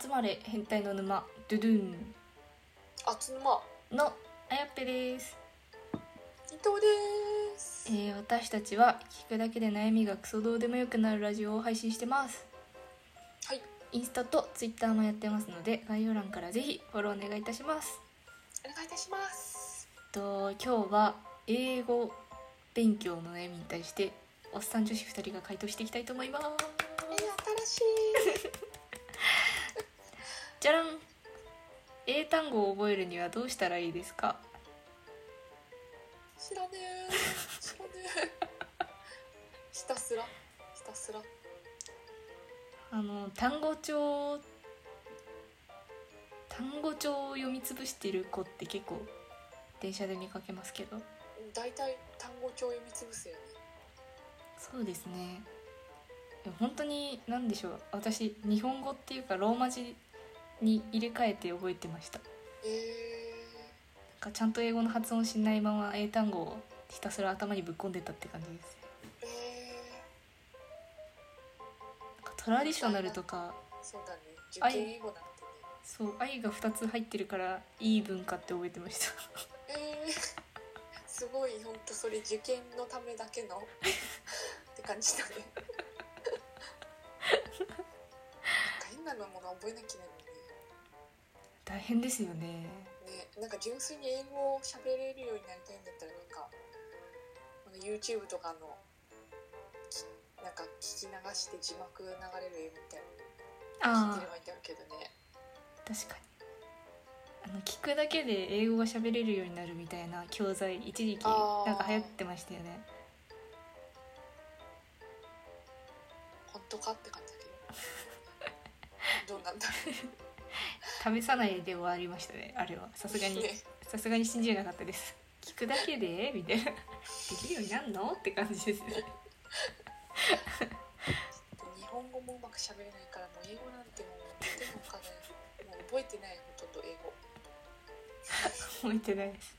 集まれ変態の沼ドゥドゥンあつぬまのあやっぺです、伊藤ですえー私たちは聞くだけで悩みがクソどうでもよくなるラジオを配信してますはいインスタとツイッターもやってますので概要欄からぜひフォローお願いいたしますお願いいたしますと今日は英語勉強の悩みに対しておっさん女子2人が回答していきたいと思いますえー、新しいじゃらん英単語を覚えるにはどうしたらいいですか知らねえ知らねえひたすらひたすらあの単語帳単語帳を読み潰してる子って結構電車で見かけますけどだいたい単語帳読みつぶすよねそうですねでも本当に何でしょう私日本語っていうかローマ字に入れ替えて覚えてましたなんえかちゃんと英語の発音しないまま英単語をひたすら頭にぶっ込んでたって感じですー、えなんかトラディショナルとかー、そうだね受あい験英語なんてねそう愛が2つ入ってるからいい文化って覚えてましたえー、すごい本当それ受験のためだけのって感じだねなんか変なのもの覚えなきゃいけ大変ですよねないのにねなんか純粋に英語を喋れるようになりたいんだったらなんかこの YouTube とかのきなんか聞き流して字幕流れる英語みたいなのあ聞いてれあばいいんだろうけどね確かにあの聞くだけで英語が喋れるようになるみたいな教材一時期あーなんか流行ってましたよね本当かって感じだけどどうなんだろう試さないで終わりましたねあれはさすが にねさすがに信じれなかったです聞くだけでみたいなできるようになるのって感じですね日本語もうまく喋れないからもう英語なんてもうとてもわかんないもう覚えてないほとんど英語覚えてないです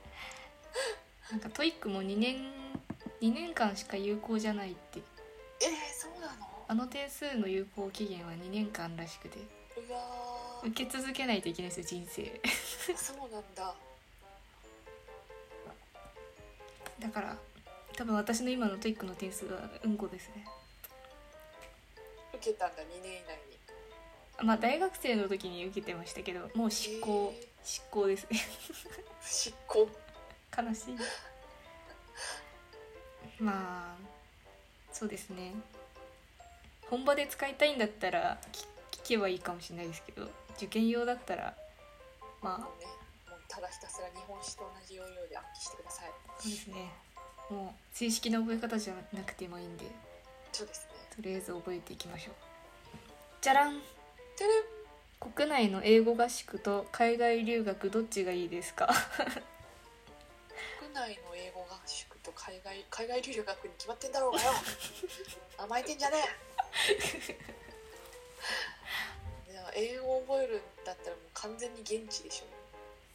なんかトイックも2年2年間しか有効じゃないってえー、そうなのあの点数の有効期限は2年間らしくてう わ受け続けないといけないですよ人生ーそうなんだだから多分私の今のトイックの点数はうんこですね受けたんだ2年以内にまあ大学生の時に受けてましたけどもう執行、えー執行ですね 執行悲しいまあそうですね本場で使いたいんだったら聞聞けばいいかもしれないですけど受験用だったらまもうねもうただひたすら日本史と同じ要領で暗記してくださいあそうですねもう正式な覚え方じゃなくてもいいんでそうですねとりあえず覚えていきましょうじゃらんてれん国内の英語合宿と海外留学どっちがいいですか国内の英語合宿と海外海外留学に決まってんだろうが よ甘えてんじゃねえいや英語を覚えるんだったらもう完全に現地でし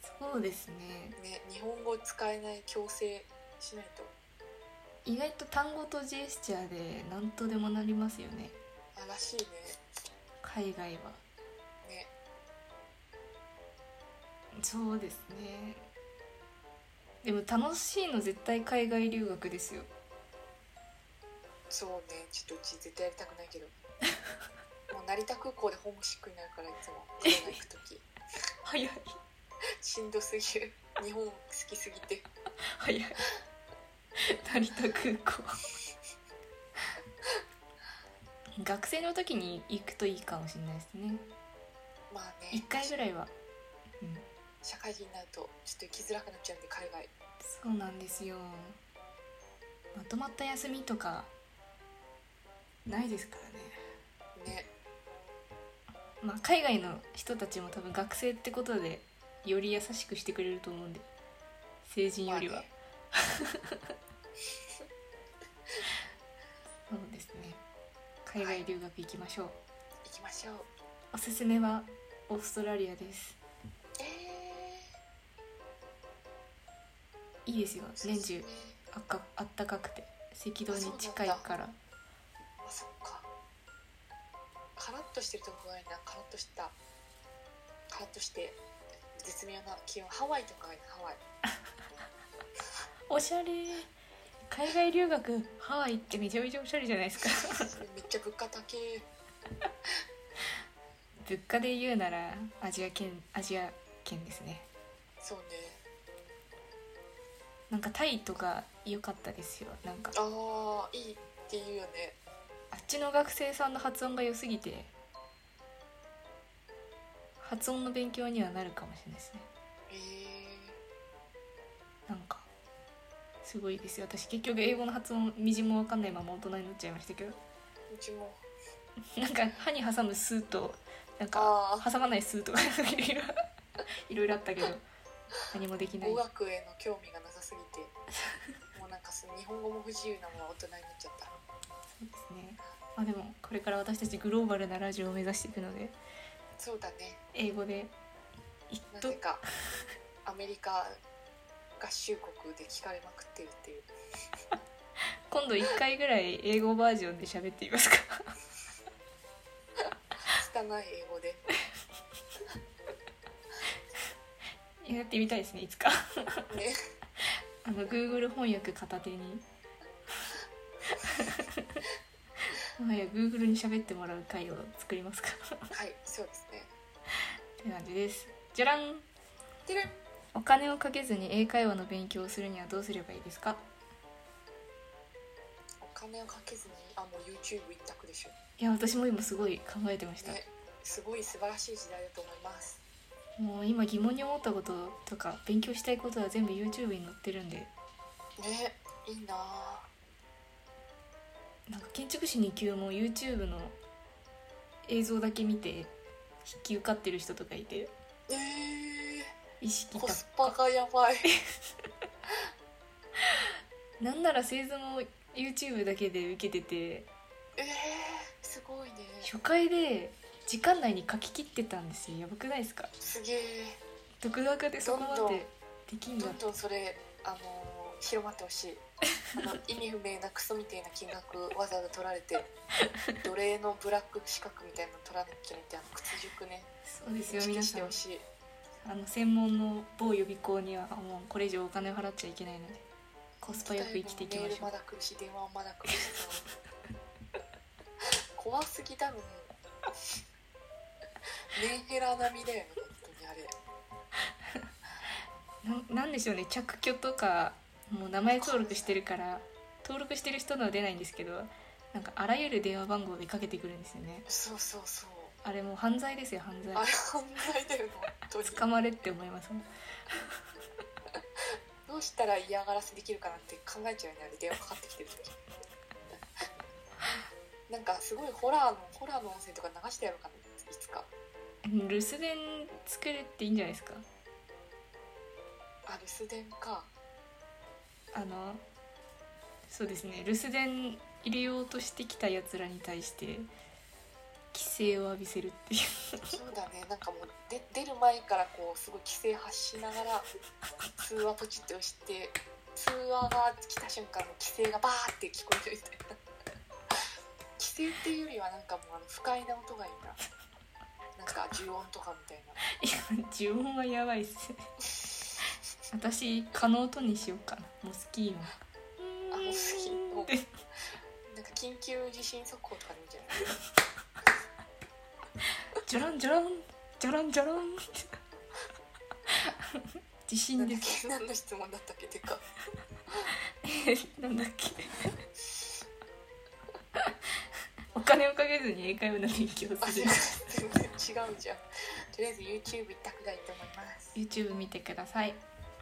ょそうですねね、日本語使えない強制しないと意外と単語とジェスチャーで何とでもなりますよねあらしいね海外はねそうですねでも楽しいの絶対海外留学ですよそうねちょっとうち絶対やりたくない けどもう成田空港でホームシックになるからいつも海外行く時早いしんどすぎる日本好きすぎて早い成田空港学生の時に行くといいかもしれないですねまあね1回ぐらいは社会人になるとちょっと行きづらくなっちゃうんで海外そうなんですよまとまった休みとかないですからねねまあ、海外の人たちも多分学生ってことでより優しくしてくれると思うんで成人よりは、まあねそうですね海外留学行きましょう、行きましょうおすすめはオーストラリアですえいいですよー、年中そうですねあっかあったかくて赤道に近いからあそっかカラッとしてるとこがいいなカラッとしたカラッとして絶妙な気温ハワイとかがいいなハ ワイおしゃれ海外留学ハワイってめちゃめちゃおしゃれじゃないですかめっちゃ物価高え物価で言うならアジア圏アジア圏ですねそうねなんかタイとか良かったですよなんかああいいって言うよねあっちの学生さんの発音が良すぎて発音の勉強にはなるかもしれないですねえなんかすごいですよ私結局英語の発音みじんもわかんないまま大人になっちゃいましたけどー、うちもなんか歯に挟む「スーとなんかああ挟まない「スーとか いろいろいろいろあったけど何もできない語学への興味がなさすぎてもうなんかその日本語も不自由なまま大人になっちゃったそうですねまあでもこれから私たちグローバルなラジオを目指していくのでそうだね英語で一なとぜかアメリカ合衆国で聞かれまくってるっていう今度一回ぐらい英語バージョンで喋ってみますか汚い英語でやってみたいですねいつかね あの Google 翻訳片手にもはや Google に喋ってもらう回を作りますかっはいそうですねて感じですじゃらんてれんお金をかけずに英会話の勉強をするにはどうすればいいですかお金をかけずにあもう YouTube 一択でしょいや私も今すごい考えてました、ねすごい素晴らしい時代だと思いますもう今疑問に思ったこととか勉強したいことは全部 YouTube に載ってるんでねいいなあなんか建築士2級も YouTube の映像だけ見て筆記受かってる人とかいてえ意識ー、高コスパがやばいなんなら製図も YouTube だけで受けててえー、すごいね初回で時間内に書き切ってたんですよやばくないですかすげえ独学でそこまどんどんでできんだどんどんそれあのー広まってほしいあ の意味不明なクソみたいな金額わざわざ取られて奴隷のブラック資格みたいなの取らなきゃいけないってあの屈辱ねそうですよ意皆識しさてんほしいあの専門の某予備校にはもうこれ以上お金を払っちゃいけないのでコスパよく生きていきまメしールょまだ来るし電話もまだ来るしさ怖すぎ だろねメンヘラ並みだよね本当 うにあれななんでしょうね着去とかもう名前登録してるから登録してる人のは出ないんですけどなんかあらゆる電話番号でかけてくるんですよねそうそうそうあれもう犯罪ですよ犯罪あれ犯罪だよね本 当捕にまれって思いますどうしたら嫌がらせできるかなって考えちゃうよねあれ電話かかってきてる時 なんかすごいホラーのホラーの音声とか流してやろうかないつか留守電作るっていいんじゃないですかあ留守電かあのそうですね留守電入れようとしてきたやつらに対して規制を浴びせるっていうそうだね、なんかもうで出る前からこうすごい規制発しながら通話ポチッと押して通話が来た瞬間の規制がバーって聞こえるみたいな規制っていうよりはなんかもうあの不快な音がいいななんか重音とかみたいないや呪文はやばいっすね私蚊の音にしようかなモスキー音あモスキー音ってなんか緊急地震速報とかでもいいんじゃないジョロンジョロンジョロンジョロンって地震なんでだっすけ何の質問だったっけてか なんだっけお金をかけずに英会話の勉強あをす全る然違うじゃんとりあえず YouTube 一択がいいと思います YouTube 見てください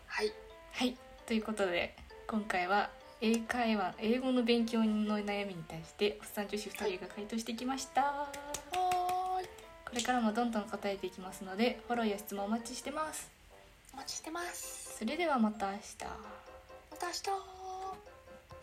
はいはいということで今回は英会話英語の勉強の悩みに対しておっさん女子2人が回答してきました、はーいこれからもどんどん答えていきますのでフォローや質問お待ちしてますお待ちしてますそれではまた明日また明日